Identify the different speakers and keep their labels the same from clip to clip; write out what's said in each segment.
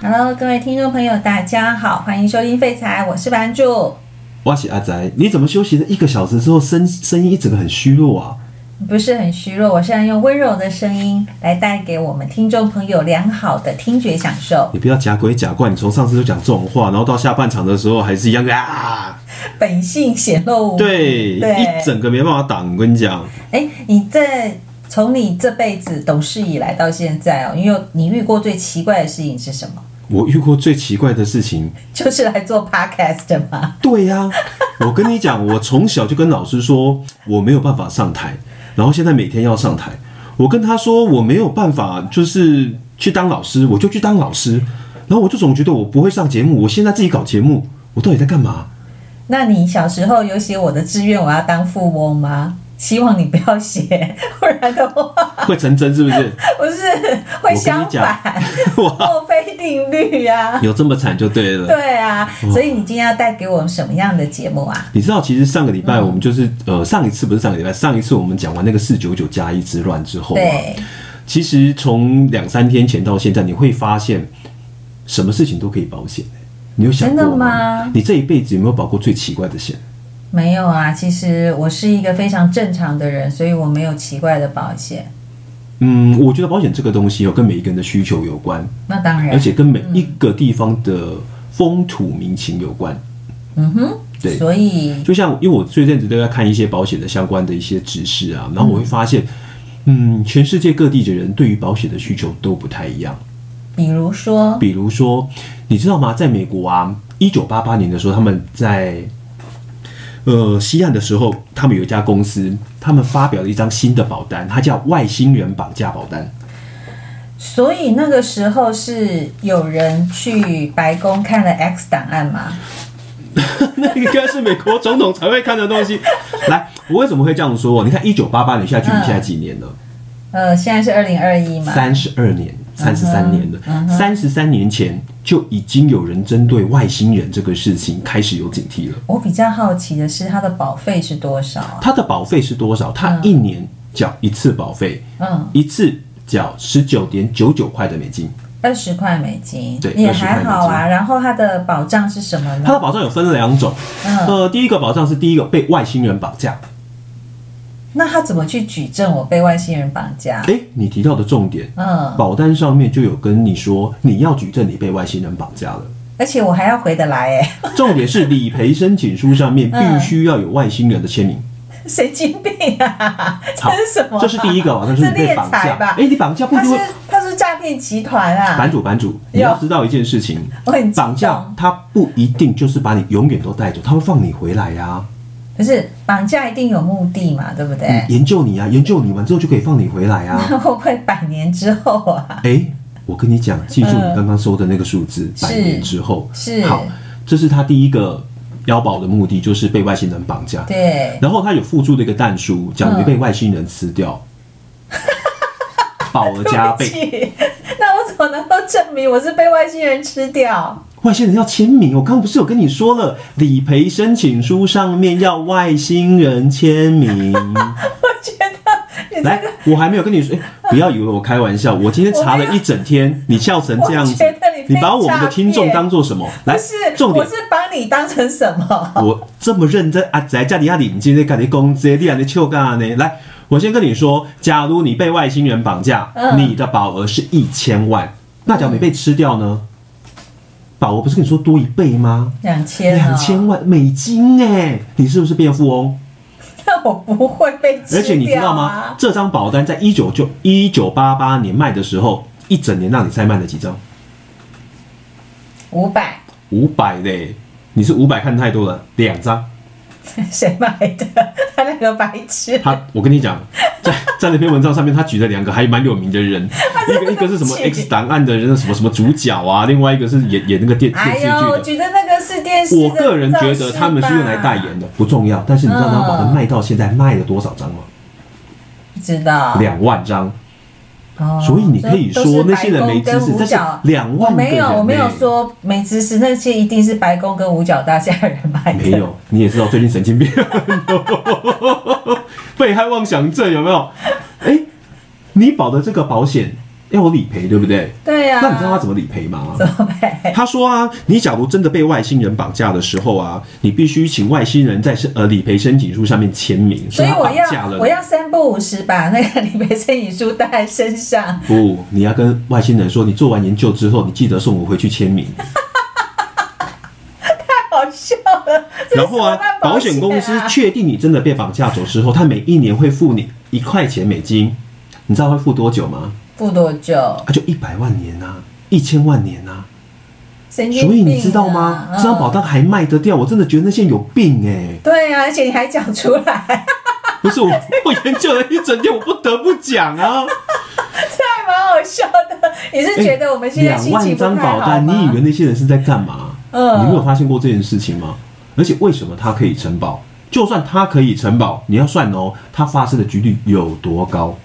Speaker 1: Hello，各位听众朋友，大家好，欢迎收听废材，我是版主。
Speaker 2: 哇西阿宅，你怎么休息了一个小时之后，声声音一整个很虚弱啊？
Speaker 1: 不是很虚弱，我现在用温柔的声音来带给我们听众朋友良好的听觉享受。
Speaker 2: 你不要假鬼假怪，你从上次就讲这种话，然后到下半场的时候还是一样啊？
Speaker 1: 本性显露无遗。
Speaker 2: 对，
Speaker 1: 哦对
Speaker 2: 一整个没办法挡。我跟你讲，
Speaker 1: 哎，你这从你这辈子懂事以来到现在哦，你有你遇过最奇怪的事情是什么？
Speaker 2: 我遇过最奇怪的事情。
Speaker 1: 就是来做 podcast 的嘛。
Speaker 2: 对呀、我跟你讲，我从小就跟老师说我没有办法上台，然后现在每天要上台。我跟他说我没有办法，就是去当老师，我就去当老师。然后我就总觉得我不会上节目，我现在自己搞节目，我到底在干嘛？
Speaker 1: 那你小时候有写我的志愿我要当富翁吗？希望你不要写， 不然的话
Speaker 2: 会成真是不是？
Speaker 1: 不是会相反，
Speaker 2: 哇，
Speaker 1: 墨菲定律 啊。
Speaker 2: 有这么惨就对了。
Speaker 1: 对啊，
Speaker 2: 嗯
Speaker 1: 所以你今天要带给我们什么样的节目啊？
Speaker 2: 你知道，其实上个礼拜
Speaker 1: 嗯
Speaker 2: 我们就是、呃，上一次不是上个礼拜，上一次我们讲完那个四九九加一之乱之后、啊，
Speaker 1: 对，
Speaker 2: 其实从两三天前到现在，你会发现什么事情都可以保险、你有想过
Speaker 1: 真的吗
Speaker 2: 你这一辈子有没有保过最奇怪的险？
Speaker 1: 没有啊。其实我是一个非常正常的人，所以我没有奇怪的保险。
Speaker 2: 嗯，我觉得保险这个东西有哦跟每一个人的需求有关，
Speaker 1: 那当然，
Speaker 2: 而且跟每一个地方的风土民情有关。
Speaker 1: 嗯哼，
Speaker 2: 对
Speaker 1: 所以
Speaker 2: 就像因为我最近一直都在看一些保险的相关的一些知识啊，然后我会发现，嗯，全世界各地的人对于保险的需求都不太一样。
Speaker 1: 比如说，
Speaker 2: 比如说，你知道吗？在美国啊，一九八八年的时候，他们在呃西岸的时候，他们有一家公司，他们发表了一张新的保单，它叫外星人绑架保单。
Speaker 1: 所以那个时候是有人去白宫看了 X 档案吗？
Speaker 2: 那应该是美国总统才会看的东西。来，我为什么会这样说？你看，一九八八年，现在距离现在几年了？
Speaker 1: 呃，现在是二零二一嘛，嗯
Speaker 2: 三十二年、三十三年了，三十三年前就已经有人针对外星人这个事情开始有警惕了。
Speaker 1: 我比较好奇的是它的保费是多少啊？
Speaker 2: 它的保费是多少？它一年缴一次保费，
Speaker 1: 嗯，
Speaker 2: 一次缴十九点九九块的美金。
Speaker 1: 二十块美金，
Speaker 2: 对
Speaker 1: 也
Speaker 2: 20块美
Speaker 1: 还
Speaker 2: 金
Speaker 1: 好啊。然后它的保障是什么
Speaker 2: 它
Speaker 1: 呢？
Speaker 2: 的保障有分两种，
Speaker 1: 嗯
Speaker 2: 呃，第一个保障是第一个被外星人绑架。
Speaker 1: 那他怎么去举证我被外星人绑架？
Speaker 2: 诶，你提到的重点，
Speaker 1: 嗯，
Speaker 2: 保单上面就有跟你说你要举证你被外星人绑架了。
Speaker 1: 而且我还要回得来哎、
Speaker 2: 重点是理赔申请书上面
Speaker 1: 嗯
Speaker 2: 必须要有外星人的签名。
Speaker 1: 神经病啊！
Speaker 2: 好
Speaker 1: 这是什么啊、
Speaker 2: 这是第 一个保哦障，就
Speaker 1: 这
Speaker 2: 是你被
Speaker 1: 猎
Speaker 2: 绑
Speaker 1: 财
Speaker 2: 架。
Speaker 1: 吧？
Speaker 2: 诶，你绑架不一
Speaker 1: 他
Speaker 2: 定
Speaker 1: 是
Speaker 2: 会
Speaker 1: 他是诈骗集团啊！
Speaker 2: 版主，版主，你要知道一件事情
Speaker 1: 我很激，动
Speaker 2: 绑架他不一定就是把你永远都带走，他会放你回来呀、啊
Speaker 1: 不是绑架一定有目的嘛，对不对？
Speaker 2: 研究你啊，研究你完之后就可以放你回 来啊。
Speaker 1: 会不会百年之后啊？
Speaker 2: 哎、我跟你讲，记住你刚刚说的那个数字，
Speaker 1: 嗯是
Speaker 2: 百年之后
Speaker 1: 是
Speaker 2: 好，这是他第一个腰保的目的，就是被外星人绑架。
Speaker 1: 对，嗯
Speaker 2: 然后他有附注的一个弹书，讲你被外星人吃 掉，保额加倍。
Speaker 1: 气，那我怎么能够证明我是被外星人吃掉？
Speaker 2: 外星人要签名，我刚刚不是有跟你说了，理赔申请书上面要外星人 签名。
Speaker 1: 我觉得你
Speaker 2: 来
Speaker 1: 这，
Speaker 2: 我还没有跟你说，哎不要以为我开玩笑，我今天查
Speaker 1: 我没有
Speaker 2: 了一整天，你笑成这样
Speaker 1: 我
Speaker 2: 子
Speaker 1: 觉得你，被
Speaker 2: 你把我们的听众当做什么？
Speaker 1: 个
Speaker 2: 来
Speaker 1: 不是，，
Speaker 2: 重
Speaker 1: 我
Speaker 2: 点，
Speaker 1: 是把你当成什么？
Speaker 2: 我这么认真啊，在家里要领今天干你工资，你还在笑干呢？来，我先跟你说，假如你被外星人绑架，
Speaker 1: 嗯
Speaker 2: 你的保额是一千万，那假如你被吃掉呢？保额不是跟你说多一倍吗？
Speaker 1: 两千、哦，
Speaker 2: 两千，万美金哎，你是不是变富翁？
Speaker 1: 那我不会被吃掉、啊。
Speaker 2: 而且你知道吗？？这张保单在一九九一九八八年卖的时候，一整年让你再卖了几张？
Speaker 1: 五百，
Speaker 2: 五百嘞，你是五百看太多了，两张。
Speaker 1: 谁买的？ 他那个白痴，
Speaker 2: 他，我跟你讲，在在那篇文章上面，他举了两个还蛮有名的人，一个一个是什么
Speaker 1: 对不起
Speaker 2: X 档案的人，什么什么主角啊，另外一个是演演那个电电
Speaker 1: 哎
Speaker 2: 视
Speaker 1: 呦，我
Speaker 2: 剧的。
Speaker 1: 觉得那个是电视的
Speaker 2: 我个人觉得他们是用来代
Speaker 1: 造势吧，
Speaker 2: 言的，不重要。但是你知道那张保单
Speaker 1: 嗯
Speaker 2: 卖到现在卖了多少张吗？
Speaker 1: 不知道。
Speaker 2: 两万张。
Speaker 1: 哦
Speaker 2: 所以你可以
Speaker 1: 都是
Speaker 2: 说那些人没知
Speaker 1: 白
Speaker 2: 识
Speaker 1: 宫跟五角
Speaker 2: 这是两万
Speaker 1: 我没有，
Speaker 2: 个人欸
Speaker 1: 我没有
Speaker 2: 呢
Speaker 1: 说没知识，那些一定是白宫跟五角大厦人买的。
Speaker 2: 没 有，你也知道最近神经病 很多，被害妄想症有没有？哎、你保的这个保险要我理赔，对不对？
Speaker 1: 对啊呀、
Speaker 2: 那你知道他怎么理赔吗？
Speaker 1: 怎么办？
Speaker 2: 他说啊，你假如真的被外星人绑架的时候啊，你必须请外星人在申呃理赔申请书上面签名，
Speaker 1: 所以
Speaker 2: 说他
Speaker 1: 我
Speaker 2: 绑架
Speaker 1: 要
Speaker 2: 了
Speaker 1: 我
Speaker 2: 你。
Speaker 1: 要三不五时把那个理赔申请书带在身上，
Speaker 2: 不，你要跟外星人说，你做完研究之后，你记得送我回去签名。
Speaker 1: 太好笑了。这是
Speaker 2: 然后
Speaker 1: 什么烂
Speaker 2: 啊，
Speaker 1: 保
Speaker 2: 保险公司
Speaker 1: 啊
Speaker 2: 确定你真的被绑架走之后，他每一年会付你一块钱美金，你知道会付多久吗？
Speaker 1: 付多久？
Speaker 2: 啊，就一百万年啊，一千万年啊。
Speaker 1: 神经病、啊！嗯
Speaker 2: 所以你知道吗？这张保单还卖得掉，我真的觉得那些人有病哎、
Speaker 1: 对呀、而且你还讲出来，
Speaker 2: 不是我，我研究了一整天，我不得不讲啊。
Speaker 1: 这还蛮好笑的。你是觉得我们现在
Speaker 2: 哎两
Speaker 1: 心情
Speaker 2: 万
Speaker 1: 不太
Speaker 2: 张
Speaker 1: 好
Speaker 2: 保
Speaker 1: 吗？
Speaker 2: 单，你以为那些人是在干嘛？
Speaker 1: 嗯
Speaker 2: 你没有发现过这件事情吗？而且为什么他可以承保？就算他可以承保，你要算哦，它发生的几率有多高？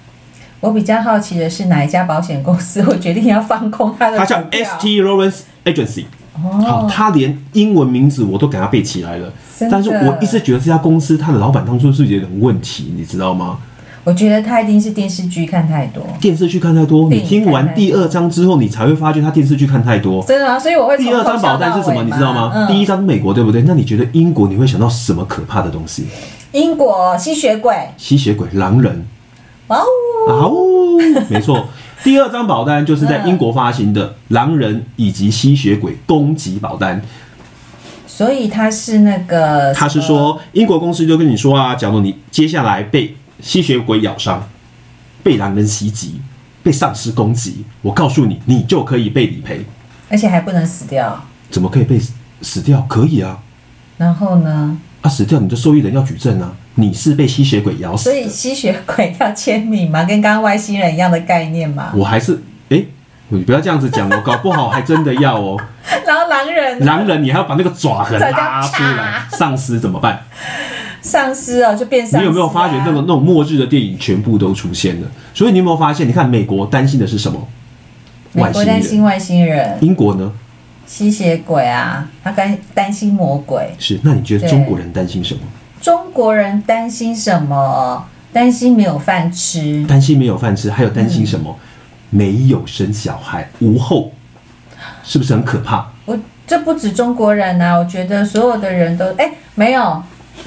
Speaker 1: 我比较好奇的是哪一家保险公司，我决定要放空它的
Speaker 2: 它叫
Speaker 1: 股票
Speaker 2: ST Lawrence Agency，好、
Speaker 1: 呃哦，
Speaker 2: 它连英文名字我都给它背起来了
Speaker 1: 真。的
Speaker 2: 但是我一直觉得这家公司它的老板当初是有点问题，你知道吗？
Speaker 1: 我觉得他一定是电视剧看太多，
Speaker 2: 电视剧看太多，
Speaker 1: 电
Speaker 2: 你
Speaker 1: 影
Speaker 2: 听
Speaker 1: 看
Speaker 2: 完
Speaker 1: 太
Speaker 2: 第二章之后，你才会发觉他电视剧看太多。
Speaker 1: 真的啊，所以我会从
Speaker 2: 第二张
Speaker 1: 头笑
Speaker 2: 保单
Speaker 1: 到
Speaker 2: 是什么？
Speaker 1: 尾
Speaker 2: 你知道吗？
Speaker 1: 嗯、
Speaker 2: 第一张美国，对不对？那你觉得英国你会想到什么可怕的东西？
Speaker 1: 英国吸血鬼，
Speaker 2: 吸血鬼、狼人
Speaker 1: 哇哦，
Speaker 2: 啊呜，没错。第二张保单就是在英国发行的狼人以及吸血鬼攻击保单。
Speaker 1: 所以他是那个，
Speaker 2: 他是
Speaker 1: 呃
Speaker 2: 说，英国公司就跟你说啊，假如你接下来被吸血鬼咬伤，被狼人袭击，被丧尸攻击，我告诉你，你就可以被理赔。
Speaker 1: 而且还不能死掉，
Speaker 2: 怎么可以被死死掉？可以啊，
Speaker 1: 然后呢，
Speaker 2: 啊死掉你的受益人要举证啊，你是被吸血鬼咬死
Speaker 1: 所
Speaker 2: 的。
Speaker 1: 以吸血鬼要签名嘛，跟刚刚外星人一样的概念嘛，
Speaker 2: 我还是诶，你不要这样子讲哦，搞不好还真的要 哦。
Speaker 1: 然后狼人
Speaker 2: 狼人你还要把那个爪痕
Speaker 1: 再这
Speaker 2: 拉
Speaker 1: 样
Speaker 2: 出来，丧尸怎么办？
Speaker 1: 丧尸哦就变丧尸、啊，
Speaker 2: 你有没有发觉那种那种末日的电影全部都出现了？所以你有没有发现？你看美国担心的是什么？
Speaker 1: 美
Speaker 2: 外
Speaker 1: 国
Speaker 2: 星
Speaker 1: 担
Speaker 2: 人。
Speaker 1: 心外星人、
Speaker 2: 英国呢？
Speaker 1: 吸血鬼啊，他担担心魔鬼。
Speaker 2: 是。那你觉得
Speaker 1: 对
Speaker 2: 中国人担心什么？
Speaker 1: 中国人担心什么？担心没有饭吃。
Speaker 2: 担心没有饭吃，还有担心什么？
Speaker 1: 嗯
Speaker 2: 没有生小孩，无后，是不是很可怕？
Speaker 1: 我这不止中国人啊呐、我觉得所有的人都哎，没有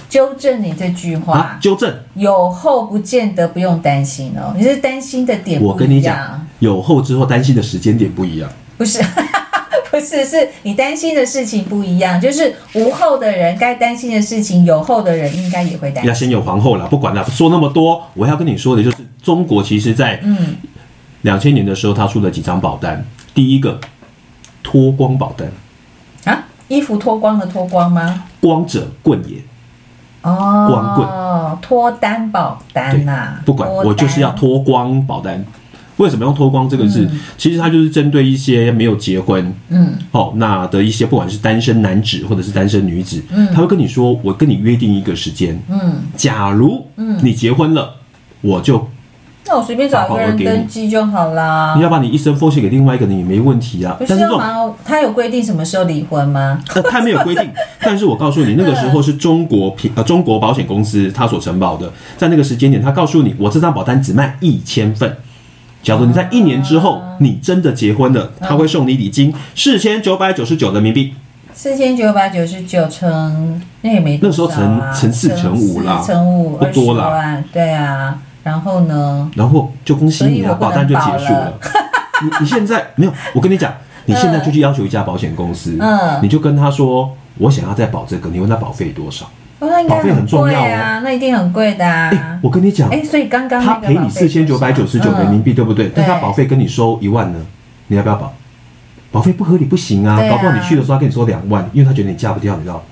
Speaker 1: 纠正你这句话。
Speaker 2: 啊，纠正。
Speaker 1: 有后不见得不用担心哦，你是担心的点
Speaker 2: 我
Speaker 1: 不
Speaker 2: 跟
Speaker 1: 一
Speaker 2: 你讲
Speaker 1: 样，，
Speaker 2: 有后之后担心的时间点不一样。
Speaker 1: 不是， 不是，是你担心的事情不一样，就是无后的人该担心的事情，有后的人应该也会担
Speaker 2: 要
Speaker 1: 心。
Speaker 2: 先有皇后啦，不管啦，说那么多，我要跟你说的就是，中国其实在
Speaker 1: 嗯，
Speaker 2: 两千年的时候，他出了几张保单，第一个脱光保单，
Speaker 1: 啊，衣服脱光的脱光吗？
Speaker 2: 光者棍也，
Speaker 1: 哦，
Speaker 2: 光
Speaker 1: 脱单保单呐、
Speaker 2: 不管
Speaker 1: 脱单
Speaker 2: 我就是要脱光保单。为什么用脱光这个字？其实它就是针对一些没有结婚
Speaker 1: 嗯，
Speaker 2: 哦，那的一些不管是单身男子或者是单身女子，他会跟你说，我跟你约定一个时间，
Speaker 1: 嗯，
Speaker 2: 假如你结婚了，我就
Speaker 1: 哦那我随便找一个人登记就好啦
Speaker 2: 你。要把你一生奉献给另外一个人也没问题啊。
Speaker 1: 不是
Speaker 2: 但是
Speaker 1: 要
Speaker 2: 这种
Speaker 1: 吗？他有规定什么时候离婚吗？
Speaker 2: 呃，他没有规 定，但是我告诉你，那个时候是中国平呃中国保险公司它所承保的，在那个时间点，他告诉你，我这张保单只卖一千份。假如你在一年之
Speaker 1: 啊
Speaker 2: 后，你真的结婚了，他会送你礼金
Speaker 1: 嗯
Speaker 2: 四千九百九十九人民币。
Speaker 1: 四千九百九十九乘那也没多少啊
Speaker 2: 那时候乘乘四乘五啦
Speaker 1: 乘四乘五
Speaker 2: 不
Speaker 1: 二十
Speaker 2: 多啦
Speaker 1: 万，对啊。然后呢？
Speaker 2: 然后就恭喜
Speaker 1: 所
Speaker 2: 你
Speaker 1: 以我
Speaker 2: 啊，
Speaker 1: 不能
Speaker 2: 保单就结束
Speaker 1: 保
Speaker 2: 了。你你现在没有，我跟你讲，你现在就去要求一家保险公司，
Speaker 1: 嗯
Speaker 2: 你就跟他说，我想要再保这个，你问他保费多少？
Speaker 1: 哦，那应该
Speaker 2: 保费很重
Speaker 1: 贵
Speaker 2: 要哦
Speaker 1: 啊，那一定很贵的
Speaker 2: 哎
Speaker 1: 啊。
Speaker 2: 我跟你讲，
Speaker 1: 哎，所以刚刚那
Speaker 2: 他
Speaker 1: 个
Speaker 2: 赔
Speaker 1: 保
Speaker 2: 你
Speaker 1: 费
Speaker 2: 四千九百九十
Speaker 1: 多
Speaker 2: 九
Speaker 1: 少
Speaker 2: 人民币，对不对？但他
Speaker 1: 对
Speaker 2: 保费跟你收一万呢，你要不要保？保费不合理不行啊！
Speaker 1: 对啊
Speaker 2: 搞不好你去的时候他跟你说两万，因为他觉得你嫁不掉，你知道？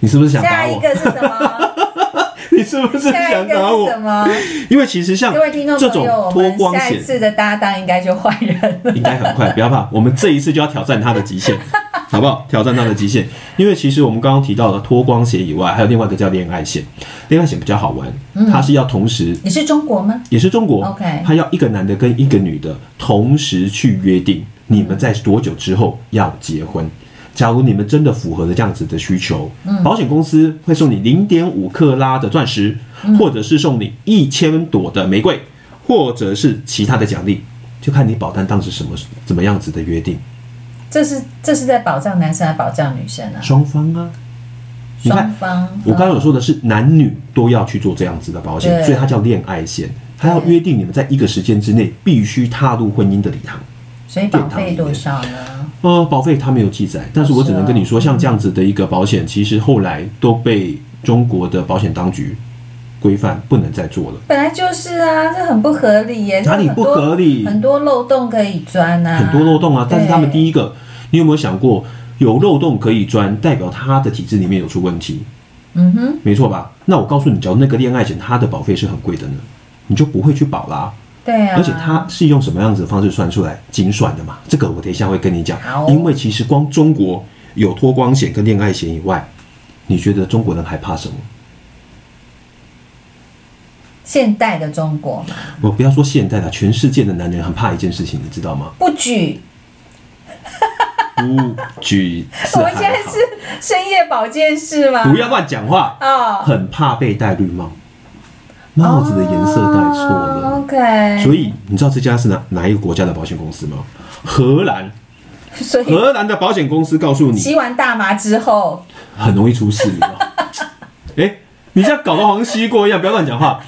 Speaker 2: 你是不是
Speaker 1: 嗯
Speaker 2: 想打
Speaker 1: 下一
Speaker 2: 我？
Speaker 1: 个是什么？
Speaker 2: 你是不是
Speaker 1: 下一
Speaker 2: 想
Speaker 1: 个
Speaker 2: 打
Speaker 1: 是
Speaker 2: 我
Speaker 1: 什？么？
Speaker 2: 因为其实像
Speaker 1: 各位听众
Speaker 2: 这
Speaker 1: 朋
Speaker 2: 种
Speaker 1: 友，我
Speaker 2: 脱
Speaker 1: 们
Speaker 2: 光
Speaker 1: 下一
Speaker 2: 险，
Speaker 1: 次 的搭档应该就换人了。
Speaker 2: 应该很快，不要怕，我们这一次就要挑战他的极限， 好不好？挑战他的极限，因为其实我们刚刚提到了脱光险以外，还有另外一个叫恋爱险，恋爱险比较好玩，
Speaker 1: 嗯
Speaker 2: 它是要同时
Speaker 1: 你是中国吗？
Speaker 2: 也是中国
Speaker 1: OK
Speaker 2: 他要一个男的跟一个女的同时去约定，
Speaker 1: 嗯
Speaker 2: 你们在多久之后要结婚。假如你们真的符合了这样子的需求，
Speaker 1: 嗯
Speaker 2: 保险公司会送你零点五克拉的钻
Speaker 1: 嗯
Speaker 2: 石，或者是送你一千朵的玫瑰，或者是其他的奖励。就看你保单当时什么怎么样子的约定，
Speaker 1: 这是这是在保障男生还是保障女生啊？
Speaker 2: 双方啊。你
Speaker 1: 双
Speaker 2: 看，
Speaker 1: 方。嗯
Speaker 2: 我刚刚有说的是男女都要去做这样子的保险，
Speaker 1: 对
Speaker 2: 所以它叫恋爱险，它要约定你们在一个时间之内必须踏入婚姻的礼堂。
Speaker 1: 所以保费多少呢？
Speaker 2: 呃，保费它没有记载，但是我只能跟你说，
Speaker 1: 是啊
Speaker 2: 像这样子的一个保险，其实后来都被中国的保险当局规范，不能再做了。
Speaker 1: 本来就是啊，这很不合理耶，
Speaker 2: 哪里不合理
Speaker 1: 这很多很多漏洞可以钻啊，
Speaker 2: 很多漏洞啊，但是他们
Speaker 1: 一
Speaker 2: 第一个，你有没有想过，有漏洞可以钻，代表他的体制里面有出问题，
Speaker 1: 嗯哼，
Speaker 2: 没错吧？那我告诉你，只要那个恋爱险，它的保费是很贵的呢，你就不会去保啦。
Speaker 1: 对啊，
Speaker 2: 而且它是用什么样子的方式算出来精算的嘛？这个我等一下会跟你讲
Speaker 1: 好。
Speaker 2: 因为其实光中国有脱光险跟恋爱险以外，你觉得中国人还怕什么？
Speaker 1: 现代的中国嘛，？
Speaker 2: 我不要说现代了，全世界的男人很怕一件事情，你知道吗
Speaker 1: 不举。
Speaker 2: 不举四
Speaker 1: 我
Speaker 2: 海
Speaker 1: 们现在
Speaker 2: 好
Speaker 1: 是深夜保健室吗？
Speaker 2: 不要乱讲话，
Speaker 1: 哦，
Speaker 2: 很怕被戴绿帽，帽子的颜色戴错了。
Speaker 1: 哦 OK，
Speaker 2: 所以你知道这家是哪哪一个国家的保险公司吗？荷兰，
Speaker 1: 所以
Speaker 2: 荷兰的保险公司告诉你，
Speaker 1: 吸完大麻之后，
Speaker 2: 很容易出事，你知道吗？ 哎、你这样搞得好像吸过一样，不要乱讲话。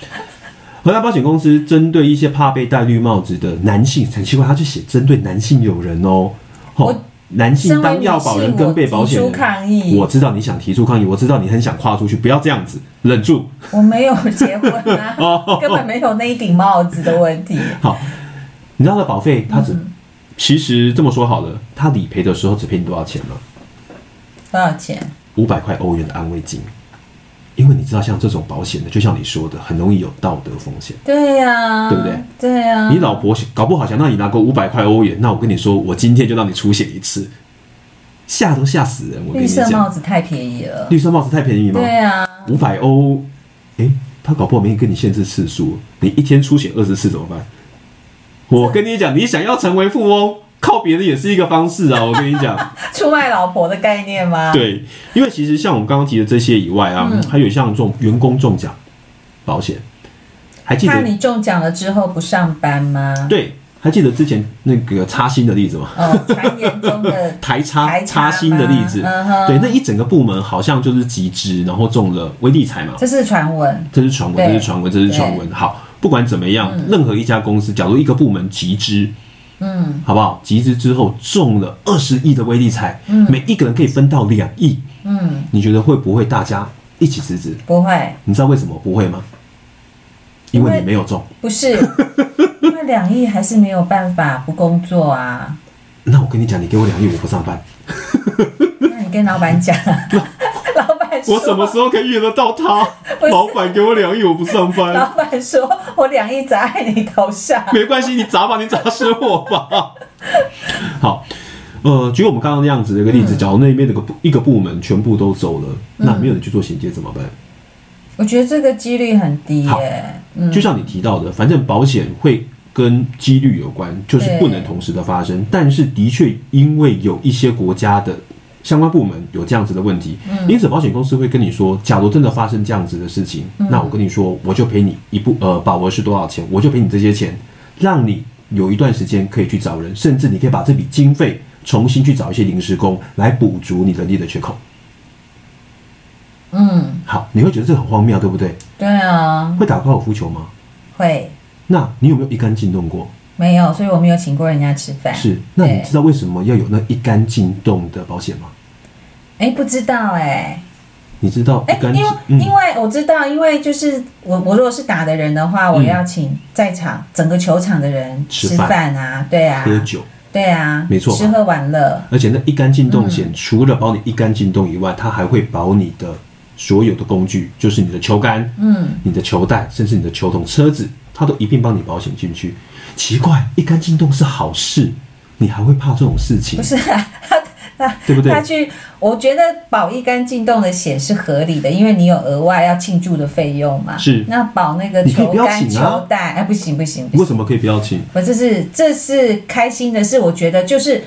Speaker 2: 荷兰保险公司针对一些怕被戴绿帽子的男性，很奇怪，他就写针对男性友人哦，哦
Speaker 1: 我，
Speaker 2: 男性当要保人跟被保险
Speaker 1: 身为女性我提出
Speaker 2: 人
Speaker 1: 抗议
Speaker 2: 我知道你想提出抗议，我知道你很想跨出去，不要这样子，忍住。
Speaker 1: 我没有结婚啊
Speaker 2: 哦，
Speaker 1: 根本没有那一顶帽子的问题。
Speaker 2: 好，你知道的保费它只，其实这么说好了，它理赔的时候只赔你多少钱吗？
Speaker 1: 多少钱？
Speaker 2: 五百块欧元的安慰金，因为你知道，像这种保险的，就像你说的，很容易有道德风险。
Speaker 1: 对呀、
Speaker 2: 对不对？
Speaker 1: 对呀、
Speaker 2: 你老婆搞不好想让你拿个五百块欧元，那我跟你说，我今天就让你出血一次，吓都吓死人！我跟
Speaker 1: 绿
Speaker 2: 你
Speaker 1: 色帽
Speaker 2: 讲，
Speaker 1: 子太便宜了。
Speaker 2: 绿色帽子太便宜吗？
Speaker 1: 对啊，
Speaker 2: 五百欧，诶，他搞不好没跟你限制次数，哦你一天出血二十次怎么办？我跟你讲，你想要成为富翁，靠别人也是一个方式啊！我跟你讲。
Speaker 1: 出卖老婆的概念吗？，
Speaker 2: 对，因为其实像我们刚刚提的这些以外啊，
Speaker 1: 嗯
Speaker 2: 还有像这种员工中奖保险，还记
Speaker 1: 怕
Speaker 2: 得
Speaker 1: 你中奖了之后不上班吗？
Speaker 2: 对，还记得之前那个插薪的例子吗？
Speaker 1: 哦，传言中的
Speaker 2: 台插
Speaker 1: 台插
Speaker 2: 插薪的例子
Speaker 1: 吗嗯，哼
Speaker 2: 对，那一整个部门好像就是集资，然后中了威力彩嘛，
Speaker 1: 这是传闻，
Speaker 2: 这是传闻，
Speaker 1: 对
Speaker 2: 这是传闻，这是传闻。好，不管怎么样，任何一家公司，假如一个部门集资，
Speaker 1: 嗯，
Speaker 2: 好不好？集资之后中了二十亿的威力彩，每一个人可以分到两亿，
Speaker 1: 嗯，
Speaker 2: 你觉得会不会大家一起辞职？
Speaker 1: 不会，
Speaker 2: 你知道为什么不会吗？因为你没有中。
Speaker 1: 不是，因为两亿还是没有办法不工作啊。
Speaker 2: 那我跟你讲，你给我两亿，我不上班，
Speaker 1: 那你跟老板讲 啊，老板说，
Speaker 2: 我什么时候可以遇得到他
Speaker 1: 不？是
Speaker 2: 老板给我两亿，我不上班，
Speaker 1: 老板说我两亿砸在你头上，
Speaker 2: 没关系，你砸吧，你砸死我吧。 好，呃，举我们刚刚那样子的一个例子，假如那边的一个部一个部门全部都走了，那没有人去做衔接怎么办？
Speaker 1: 我觉得这个几率很低
Speaker 2: 好
Speaker 1: 耶。嗯，
Speaker 2: 就像你提到的，反正保险会跟几率有关，就是不能同时的发生。但是的确，因为有一些国家的相关部门有这样子的问题，因此保险公司会跟你说，假如真的发生这样子的事情，那我跟你说，我就赔你一部呃保额是多少钱，我就赔你这些钱，让你有一段时间可以去找人，甚至你可以把这笔经费重新去找一些临时工来补足你人力的缺口。
Speaker 1: 嗯，
Speaker 2: 好，你会觉得这很荒谬，对不对？
Speaker 1: 对啊，
Speaker 2: 会打高尔夫球吗？
Speaker 1: 会
Speaker 2: 那你有没有一杆进洞过？
Speaker 1: 没有，所以我没有请过人家吃饭。
Speaker 2: 是，那你
Speaker 1: 对
Speaker 2: 知道为什么要有那一杆进洞的保险吗？
Speaker 1: 哎，不知道哎、
Speaker 2: 你知道
Speaker 1: 哎
Speaker 2: 一，嗯杆
Speaker 1: 因
Speaker 2: 进
Speaker 1: 为、因为我知道，因为就是我我如果是打的人的话，我
Speaker 2: 嗯
Speaker 1: 要请在场整个球场的人
Speaker 2: 吃
Speaker 1: 吃
Speaker 2: 饭
Speaker 1: 饭啊，对啊，
Speaker 2: 喝酒，
Speaker 1: 对啊，
Speaker 2: 没错吧
Speaker 1: 吃喝玩乐，
Speaker 2: 而且那一杆进洞
Speaker 1: 嗯
Speaker 2: 险除了保你一杆进洞以外，它还会保你的所有的工具，就是你的球杆、
Speaker 1: 嗯，
Speaker 2: 你的球带，甚至你的球桶、车子，它都一并帮你保险进去。奇怪，一杆进洞是好事，你还会怕这种事情
Speaker 1: 不？ 是啊，他他
Speaker 2: 对不对
Speaker 1: 他去，我觉得保一杆进洞的险是合理的，因为你有额外要庆祝的费用嘛。
Speaker 2: 是
Speaker 1: 那保那个
Speaker 2: 你可以
Speaker 1: 球
Speaker 2: 不要
Speaker 1: 杆、
Speaker 2: 请啊
Speaker 1: 球带，哎，不行不行不
Speaker 2: 为
Speaker 1: 行，
Speaker 2: 什么可以不要请？
Speaker 1: 我这是这是开心的事，我觉得就是。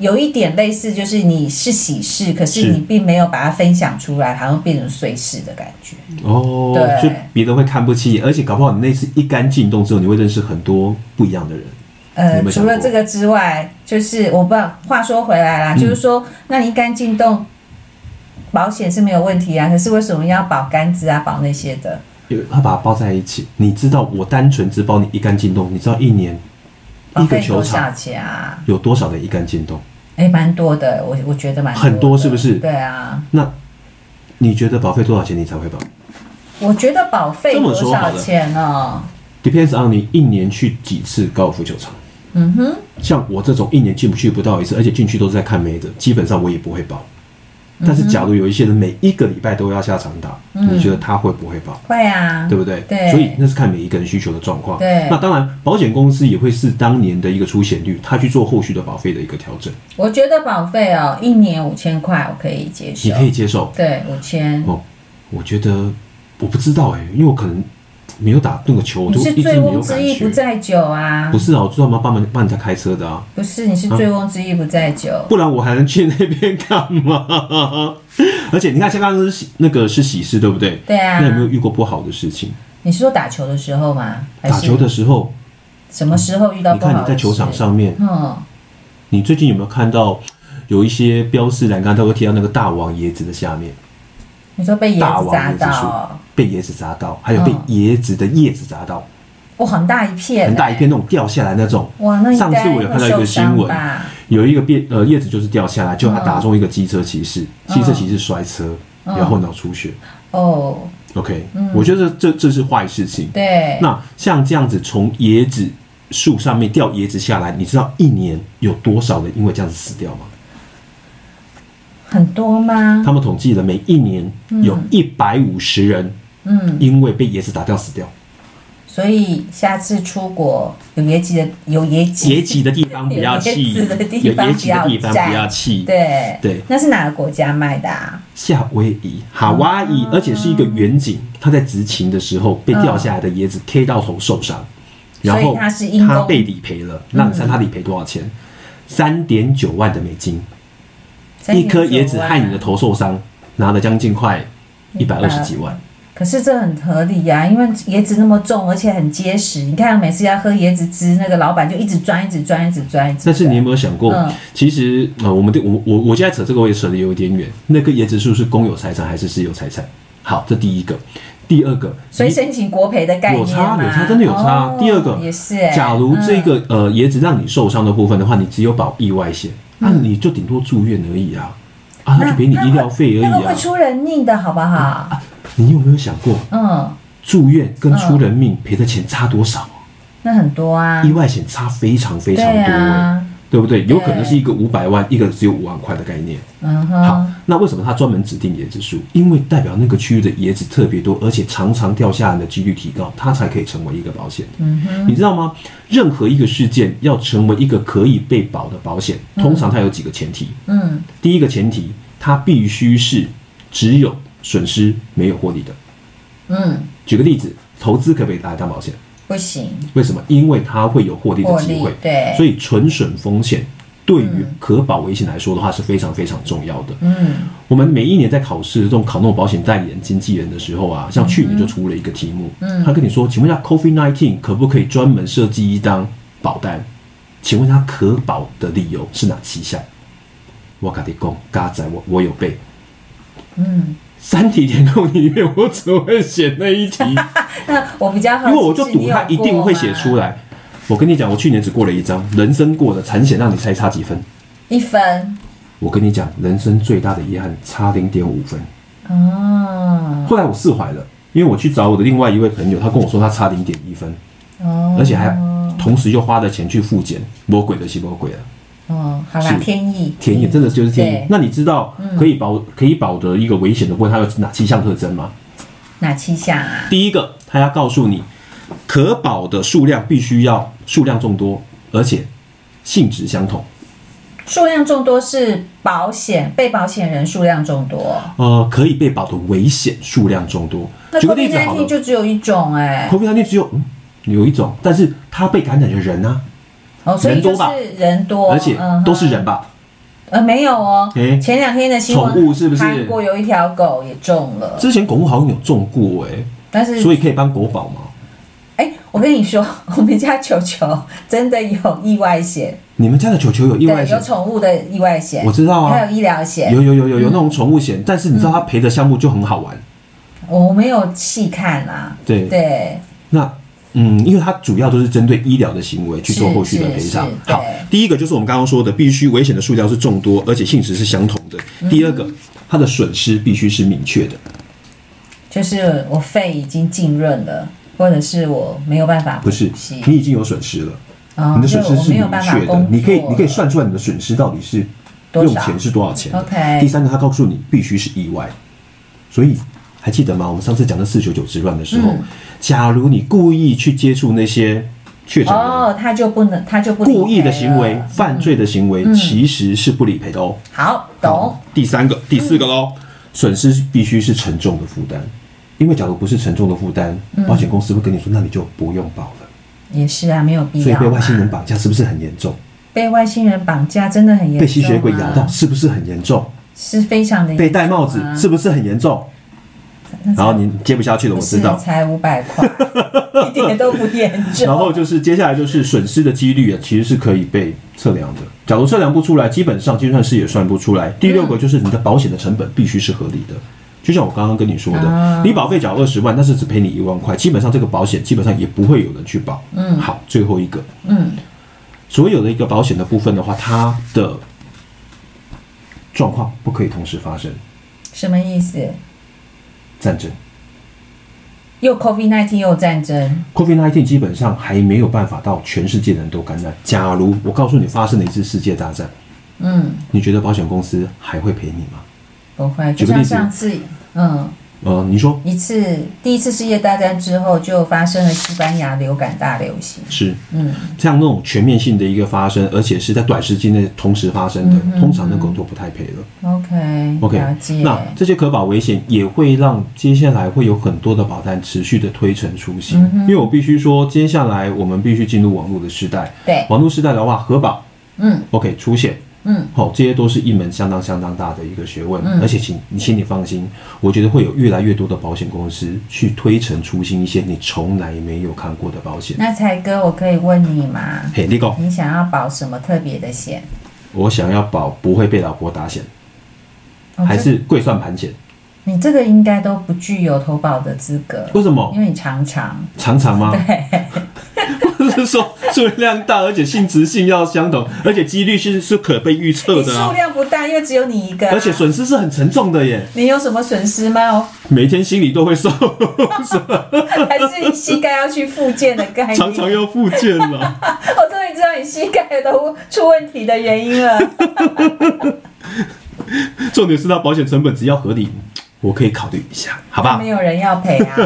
Speaker 1: 有一点类似，就是你是喜事，可是
Speaker 2: 是
Speaker 1: 你并没有把它分享出来，好像变成碎事的感觉。
Speaker 2: 哦，
Speaker 1: 对
Speaker 2: 就别人会看不起你，而且搞不好你那次一杆进洞之后，你会认识很多不一样的人。
Speaker 1: 呃
Speaker 2: 有没，有想
Speaker 1: 除
Speaker 2: 过
Speaker 1: 了这个之外，就是我不知道。话说回来啦，
Speaker 2: 嗯
Speaker 1: 就是说，那你干净动保险是没有问题啊，可是为什么要保杆子啊，保那些的？
Speaker 2: 因为他把它包在一起。你知道，我单纯只包你一杆进洞，你知道一年
Speaker 1: 保
Speaker 2: 一个
Speaker 1: 费
Speaker 2: 球
Speaker 1: 多
Speaker 2: 场
Speaker 1: 少钱啊？
Speaker 2: 有多少的一杆进洞？
Speaker 1: 哎，蛮多的，我我觉得蛮
Speaker 2: 很多
Speaker 1: 的
Speaker 2: 是不是
Speaker 1: 对啊，
Speaker 2: 那你觉得保费多少钱你才会保
Speaker 1: 我觉得保费
Speaker 2: 这么
Speaker 1: 多
Speaker 2: 说
Speaker 1: 少
Speaker 2: 好了
Speaker 1: 钱哦？
Speaker 2: ？Depends on 你一年去几次高尔夫球场。
Speaker 1: 嗯哼，
Speaker 2: 像我这种一年进不去不到一次，而且进去都是在看妹的，基本上我也不会报。但是，假如有一些人每一个礼拜都要下场打，
Speaker 1: 嗯
Speaker 2: 你觉得他会不会报？
Speaker 1: 会啊，
Speaker 2: 对不对？
Speaker 1: 对
Speaker 2: 所以那是看每一个人需求的状况。
Speaker 1: 对
Speaker 2: 那当然，保险公司也会是当年的一个出险率，他去做后续的保费的一个调整，
Speaker 1: 我觉得保费哦，一年五千块我可以接受
Speaker 2: 你，可以接受。
Speaker 1: 对，五千。
Speaker 2: 哦，我觉得我不知道哎、因为我可能没有打那个球，我就
Speaker 1: 你是
Speaker 2: 一直
Speaker 1: 醉
Speaker 2: 没
Speaker 1: 翁
Speaker 2: 有
Speaker 1: 之
Speaker 2: 感
Speaker 1: 意不
Speaker 2: 觉。
Speaker 1: 在酒啊
Speaker 2: 不，是啊，我知道吗？帮忙帮人家开车的啊，
Speaker 1: 不是，你是醉翁之意不在酒。
Speaker 2: 不然我还能去那边干嘛？ 而且你看，像刚刚是喜那个是喜事，对不对？
Speaker 1: 对啊
Speaker 2: 那，有没有遇过不好的事情？
Speaker 1: 你是说打球的时候吗？还
Speaker 2: 打
Speaker 1: 是
Speaker 2: 球的时候，
Speaker 1: 什么时候遇到
Speaker 2: 你
Speaker 1: 不好
Speaker 2: 看
Speaker 1: 的
Speaker 2: 你在球场上面
Speaker 1: 事，，嗯，
Speaker 2: 你最近有没有看到有一些标示栏杆都会贴到那个大王椰子的下面，
Speaker 1: 你说被
Speaker 2: 大
Speaker 1: 椰子
Speaker 2: 王椰
Speaker 1: 砸
Speaker 2: 子
Speaker 1: 到
Speaker 2: 树
Speaker 1: 哦，
Speaker 2: 被椰子砸到，还有被
Speaker 1: 嗯
Speaker 2: 椰子的叶子砸到，
Speaker 1: 哇，很大一片，
Speaker 2: 很大一片，那种掉下来那种。
Speaker 1: 哇，那应
Speaker 2: 上
Speaker 1: 该
Speaker 2: 次我有看到一个
Speaker 1: 会受伤
Speaker 2: 新闻
Speaker 1: 吧？
Speaker 2: 有一个变呃叶子就是掉下来，就他打中一个机车骑士，
Speaker 1: 嗯
Speaker 2: 机车骑士摔车，
Speaker 1: 嗯
Speaker 2: 然后脑出血。
Speaker 1: 哦，
Speaker 2: OK，我觉得这这是坏事情。
Speaker 1: 对，
Speaker 2: 那像这样子从椰子树上面掉椰子下来，你知道一年有多少人因为这样子死掉吗？
Speaker 1: 很多吗？
Speaker 2: 他们统计了，每一年有一百五十人
Speaker 1: 嗯，
Speaker 2: 因为被椰子打掉死掉。
Speaker 1: 所以下次出国有椰子的有椰子，
Speaker 2: 结集的地方不 要气，
Speaker 1: 有椰子的地方
Speaker 2: 有椰子的地方
Speaker 1: 不要
Speaker 2: 不要气。
Speaker 1: 对
Speaker 2: 对，
Speaker 1: 那是哪个国家卖的啊？
Speaker 2: 夏威夷、夏威夷，而且是一个远景，他在执勤的时候被掉下来的椰子 K 到头受伤，然
Speaker 1: 嗯所
Speaker 2: 后
Speaker 1: 以他是因公嗯
Speaker 2: 他被理赔了。那你猜他理赔多少钱？三点九万的美金，一颗椰子害你
Speaker 1: 3.9万啊，
Speaker 2: 的头受伤，拿了将近快一百二十几万。
Speaker 1: 可是这很合理呀、因为椰子那么重，而且很结实。你看每次要喝椰子汁，那个老板就一直钻，一直钻，一直钻，一直钻。
Speaker 2: 但是你有没有想过
Speaker 1: 嗯，
Speaker 2: 其实呃，我们的我我我现在扯这个我也扯得有点远。那个椰子树是公有财产还是私有财产？好，这第一个，第二个，
Speaker 1: 所以
Speaker 2: 你
Speaker 1: 申请国赔的概念
Speaker 2: 有差，
Speaker 1: 嘛
Speaker 2: 有差，真的有差。
Speaker 1: 哦
Speaker 2: 第二个
Speaker 1: 也是欸、
Speaker 2: 假如这
Speaker 1: 嗯
Speaker 2: 个、呃椰子让你受伤的部分的话，你只有保意外险，
Speaker 1: 嗯
Speaker 2: 那、你就顶多住院而已啊，啊，他就赔你医疗费而
Speaker 1: 那
Speaker 2: 已
Speaker 1: 个会
Speaker 2: 啊。
Speaker 1: 出人命的好不好？
Speaker 2: 你有没有想过，
Speaker 1: 嗯，
Speaker 2: 住院跟出人命赔的钱差多少？
Speaker 1: 那很多啊
Speaker 2: 意，外险差非常非常
Speaker 1: 对
Speaker 2: 多、欸，
Speaker 1: 啊，
Speaker 2: 对不对？有可能是一个五百万，一个只有五万块的概念。
Speaker 1: 嗯
Speaker 2: 好
Speaker 1: 哼，，
Speaker 2: 那为什么他专门指定椰子树？因为代表那个区域的椰子特别多，而且常常掉下来的几率提高，它才可以成为一个保险。
Speaker 1: 嗯哼，
Speaker 2: 你知道吗？任何一个事件要成为一个可以被保的保险，通常它有几个前提。
Speaker 1: 嗯，
Speaker 2: 第一个前提，它必须是只有损失没有获利的。
Speaker 1: 嗯，
Speaker 2: 举个例子，投资可不可以拿来当保险？
Speaker 1: 不行，
Speaker 2: 为什么？因为它会有获利的
Speaker 1: 获
Speaker 2: 机
Speaker 1: 利
Speaker 2: 会，
Speaker 1: 对，嗯
Speaker 2: 所
Speaker 1: 以
Speaker 2: 以纯损风险对于可保危险来说的话是非常非常重要的。
Speaker 1: 嗯，
Speaker 2: 我们每一年在考试这种考那种保险代理人、经纪人的时候
Speaker 1: 嗯
Speaker 2: 啊，像去年就出了一个题目，他跟你说，请问一下，COVID nineteen 可不可以专门设计一张保单？请问他可保的理由是哪七项？我跟你讲，嘎仔，我我有背。
Speaker 1: 嗯，
Speaker 2: 三题填空里面，我只会选那一题，
Speaker 1: 那我比较 好
Speaker 2: 因
Speaker 1: 奇
Speaker 2: 为我就赌他一定会写出
Speaker 1: 来
Speaker 2: 来。我跟你讲，我去年只过了一张，人生过的产险让你猜差几分？
Speaker 1: 一分
Speaker 2: 我跟你讲，人生最大的遗憾差零点五分。
Speaker 1: 哦
Speaker 2: 后来我释怀了，因为我去找我的另外一位朋友，他跟我说他差零点一分，
Speaker 1: 哦，
Speaker 2: 而且还同时又花了钱去复检，魔鬼的是魔鬼了，
Speaker 1: 哦，好啦
Speaker 2: 是，
Speaker 1: 天意，
Speaker 2: 天意真的就是天意
Speaker 1: 对。
Speaker 2: 那你知道可以保可以保的一个危险的部分，它有哪七项特征吗？
Speaker 1: 哪七项啊？
Speaker 2: 第一个，它要告诉你可保的数量必须要数量众多，而且性质相同。
Speaker 1: 数量众多是保险被保险人数量众多，
Speaker 2: 呃，可以被保的危险数量众多
Speaker 1: 那。c
Speaker 2: 举个
Speaker 1: o
Speaker 2: 例
Speaker 1: v
Speaker 2: 子好
Speaker 1: i
Speaker 2: 了
Speaker 1: d 就只有一种哎、
Speaker 2: ，COVID-19 只有、嗯、有一种，但是它被感染的人啊，
Speaker 1: 哦，所以
Speaker 2: 人多
Speaker 1: 就
Speaker 2: 吧
Speaker 1: 是人多，
Speaker 2: 而且
Speaker 1: 嗯哼
Speaker 2: 都是人吧。
Speaker 1: 呃，没有哦，
Speaker 2: 诶
Speaker 1: 前两天的新闻，
Speaker 2: 宠物是不是
Speaker 1: 韩国有一条狗也中了，
Speaker 2: 之前狗狗好像有中过哎、
Speaker 1: 但是
Speaker 2: 所以可以帮狗保吗？
Speaker 1: 哎，我跟你说， 我们家球球真的有意外险，
Speaker 2: 你们家的球球有意外
Speaker 1: 对，
Speaker 2: 险
Speaker 1: 有？宠物的意外险，
Speaker 2: 我知道
Speaker 1: 还
Speaker 2: 啊，
Speaker 1: 有医嗯疗险。
Speaker 2: 有有有有有那种宠物险，但是你知道它赔的项目就很好玩。
Speaker 1: 我没有细看啦、
Speaker 2: 对，
Speaker 1: 对，
Speaker 2: 那嗯，因为它主要都是针对医疗的行为去做
Speaker 1: 是
Speaker 2: 后续的
Speaker 1: 是
Speaker 2: 赔偿
Speaker 1: 是。对
Speaker 2: 好，第一个就是我们刚刚说的，必须危险的数量是众多，而且性质是相同的。第二个，它的损失必须是明确的。
Speaker 1: 就是我肺已经浸润了，或者是我没有办法
Speaker 2: 不是
Speaker 1: 呼吸，
Speaker 2: 你已经有损失了，
Speaker 1: 啊
Speaker 2: 你的损
Speaker 1: 就
Speaker 2: 失
Speaker 1: 我
Speaker 2: 是
Speaker 1: 没
Speaker 2: 明
Speaker 1: 有办法
Speaker 2: 确的
Speaker 1: 工，
Speaker 2: 你可以你可以
Speaker 1: 作
Speaker 2: 算出来你的损失到底是
Speaker 1: 多
Speaker 2: 用
Speaker 1: 少
Speaker 2: 钱是多少钱的。
Speaker 1: OK
Speaker 2: 第三个，他告诉你必须是意外，所以还记得吗？我们上次讲的四九九之乱的时候，
Speaker 1: 嗯
Speaker 2: 假如你故意去接触那些确诊人。
Speaker 1: 哦，他就不能，他就不理赔
Speaker 2: 故意的行为
Speaker 1: 了、
Speaker 2: 犯罪的行为其实是不理赔的哦。
Speaker 1: 好嗯懂。嗯
Speaker 2: 第三个、第四个喽，损失必须是沉重的负担，因为假如不是沉重的负担，
Speaker 1: 嗯
Speaker 2: 保险公司会跟你说，那你就不用保了。
Speaker 1: 也是啊，没有必
Speaker 2: 所以
Speaker 1: 要啊。
Speaker 2: 被外星人绑架是不是很严重？
Speaker 1: 被外星人绑架真的很严重、啊，
Speaker 2: 被吸血鬼咬到是不是很严重？
Speaker 1: 是非常的严重啊、
Speaker 2: 被戴帽子是不是很严重？
Speaker 1: 那才
Speaker 2: 然后你接不下去了，我
Speaker 1: 不
Speaker 2: 知
Speaker 1: 是
Speaker 2: 道。
Speaker 1: 才五百块， 一点都不严重。
Speaker 2: 然后就是接下来就是损失的几率啊，其实是可以被测量的。假如测量不出来，基本上计算师也算不出来。第六个就是你的保险的成本必须是合理的，就像我刚刚跟你说
Speaker 1: 啊
Speaker 2: 的，你保费缴二十万，但是只赔你一万块，基本上这个保险基本上也不会有人去保。嗯，好，最后一个，
Speaker 1: 嗯，
Speaker 2: 所有的一个保险的部分的话，它的状况不可以同时发生，
Speaker 1: 什么意思？
Speaker 2: 战争。
Speaker 1: 又 COVID 1 9又战争，
Speaker 2: COVID-19 基本上还没有办法到全世界的人都感染。假如我告诉你发生了一次世界大战，
Speaker 1: 嗯，
Speaker 2: 你觉得保险公司还会赔你吗？
Speaker 1: 不会，
Speaker 2: 举
Speaker 1: 就
Speaker 2: 个例
Speaker 1: 像
Speaker 2: 子
Speaker 1: 上次，嗯，
Speaker 2: 呃，你说
Speaker 1: 一次第一次世界大战之后就发生了西班牙流感大流行，
Speaker 2: 是
Speaker 1: 嗯，
Speaker 2: 像那种全面性的一个发生，而且是在短时间内同时发生的，
Speaker 1: 嗯
Speaker 2: 通常那个都不太赔了。
Speaker 1: OK，, 嗯了
Speaker 2: OK，
Speaker 1: 解。
Speaker 2: 那这些可保危险也会让接下来会有很多的保单持续的推陈出新，
Speaker 1: 嗯
Speaker 2: 因为我必须说，接下来我们必须进入网络的时代。
Speaker 1: 对，
Speaker 2: 网络时代的话，核保
Speaker 1: 嗯
Speaker 2: OK 出险，
Speaker 1: 嗯，
Speaker 2: 好、这些都是一门相当相当大的一个学问，
Speaker 1: 嗯
Speaker 2: 而且请你请你放心，我觉得会有越来越多的保险公司去推陈出新一些你从来没有看过的保险。
Speaker 1: 那才哥，我可以问你吗？
Speaker 2: 嘿，立功，
Speaker 1: 你想要保什么特别的险？
Speaker 2: 我想要保不会被老婆打险，
Speaker 1: 哦
Speaker 2: 还
Speaker 1: 这
Speaker 2: 是跪算盘险？
Speaker 1: 你这个应该都不具有投保的资格，
Speaker 2: 为什么
Speaker 1: 因？为啊你常常
Speaker 2: 常常吗？就是说数量大，而且性质性要相同，而且几率是是可被预测
Speaker 1: 你
Speaker 2: 的
Speaker 1: 哎数
Speaker 2: 啊，
Speaker 1: 量不大，因为只有你一个、啊，
Speaker 2: 而且损失是很沉重的耶，
Speaker 1: 你有什么损失吗？哦，
Speaker 2: 每天心里都会受伤，
Speaker 1: 还是你膝盖要去复健的概念？
Speaker 2: 常常要复健了。
Speaker 1: 我终于知道你膝盖都出问题的原因了。
Speaker 2: 重点是它保险成本只要合理，我可以考虑一下，好吧
Speaker 1: 没？有人要赔 啊。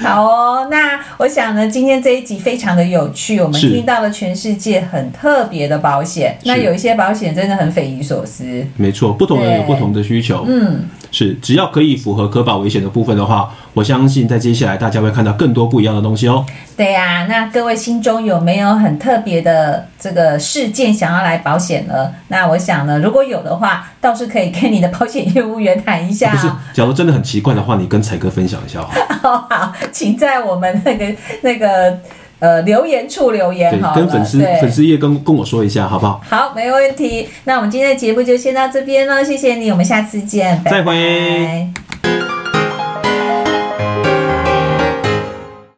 Speaker 1: 好哦，那我想呢，今天这一集非常的有趣，我们
Speaker 2: 是
Speaker 1: 听到了全世界很特别的保险，那
Speaker 2: 是
Speaker 1: 有一些保险真的很匪夷所思。
Speaker 2: 没错，不同人有不同的需求，
Speaker 1: 嗯，
Speaker 2: 是只要可以符合可保危险的部分的话，我相信在接下来大家会看到更多不一样的东西哦。
Speaker 1: 对呀、那各位心中有没有很特别的这个事件想要来保险呢？那我想呢，如果有的话，倒是可以跟你的保险业务员谈一下
Speaker 2: 不是
Speaker 1: 哦、，
Speaker 2: 假如真的很奇怪的话，你跟才哥分享一下好了，
Speaker 1: 好好，请在我们那个那个呃留言处留言
Speaker 2: 对
Speaker 1: 好，了，
Speaker 2: 跟粉丝
Speaker 1: 对
Speaker 2: 粉丝页跟跟我说一下好不好？
Speaker 1: 好，没问题。那我们今天的节目就先到这边喽，谢谢你，我们下次见，拜拜
Speaker 2: 再会